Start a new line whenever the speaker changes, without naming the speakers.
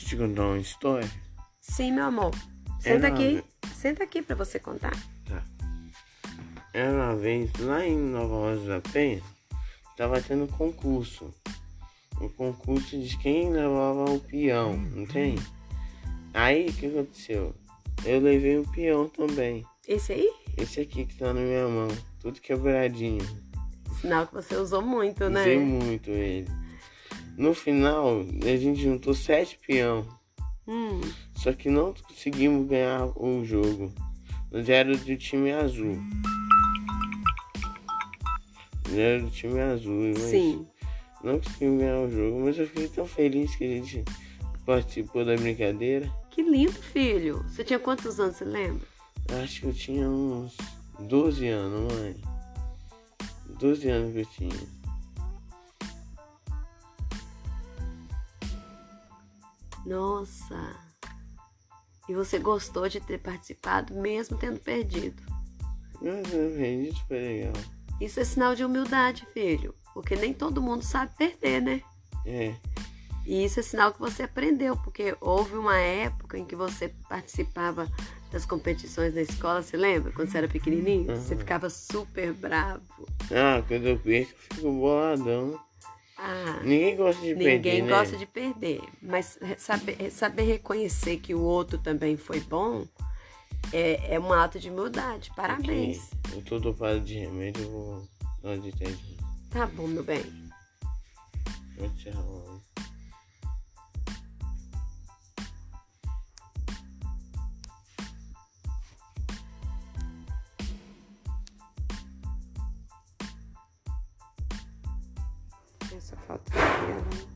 te contar uma história?
Sim, meu amor. Senta
nada.
aqui. Senta aqui pra você contar.
Era uma vez lá em Nova Rosa da Penha, tava tendo um concurso. O concurso de quem levava o peão, não tem? Aí o que aconteceu? Eu levei o peão também.
Esse aí?
Esse aqui que tá na minha mão, tudo quebradinho.
Sinal que você usou muito, né?
Usei muito ele. No final, a gente juntou sete peão.
Hum,
Só que não conseguimos ganhar o jogo. Nós era do time azul. Nós era do time azul, mas
sim.
não conseguimos ganhar o jogo. Mas eu fiquei tão feliz que a gente participou da brincadeira.
Que lindo, filho. Você tinha quantos anos, você lembra?
Acho que eu tinha uns 12 anos, mãe. 12 anos que eu tinha.
Nossa. E você gostou de ter participado, mesmo tendo perdido.
Mas eu aprendi, isso foi legal.
Isso é sinal de humildade, filho. Porque nem todo mundo sabe perder, né?
É,
E isso é sinal que você aprendeu, porque houve uma época em que você participava das competições na escola, você lembra? Quando você era pequenininho,
Uhum.
você ficava super bravo.
Ah, quando eu perco, eu fico boladão.
Ah,
Ninguém gosta de
ninguém
perder, né?
gosta de perder, mas re- saber, saber reconhecer que o outro também foi bom é, é um ato de humildade. Parabéns.
Ok, Eu tô dopado de remédio, eu vou dar uma deitadinha.
Tá bom, meu bem.
Vou tirar logo.
Essa falta aqui, ela-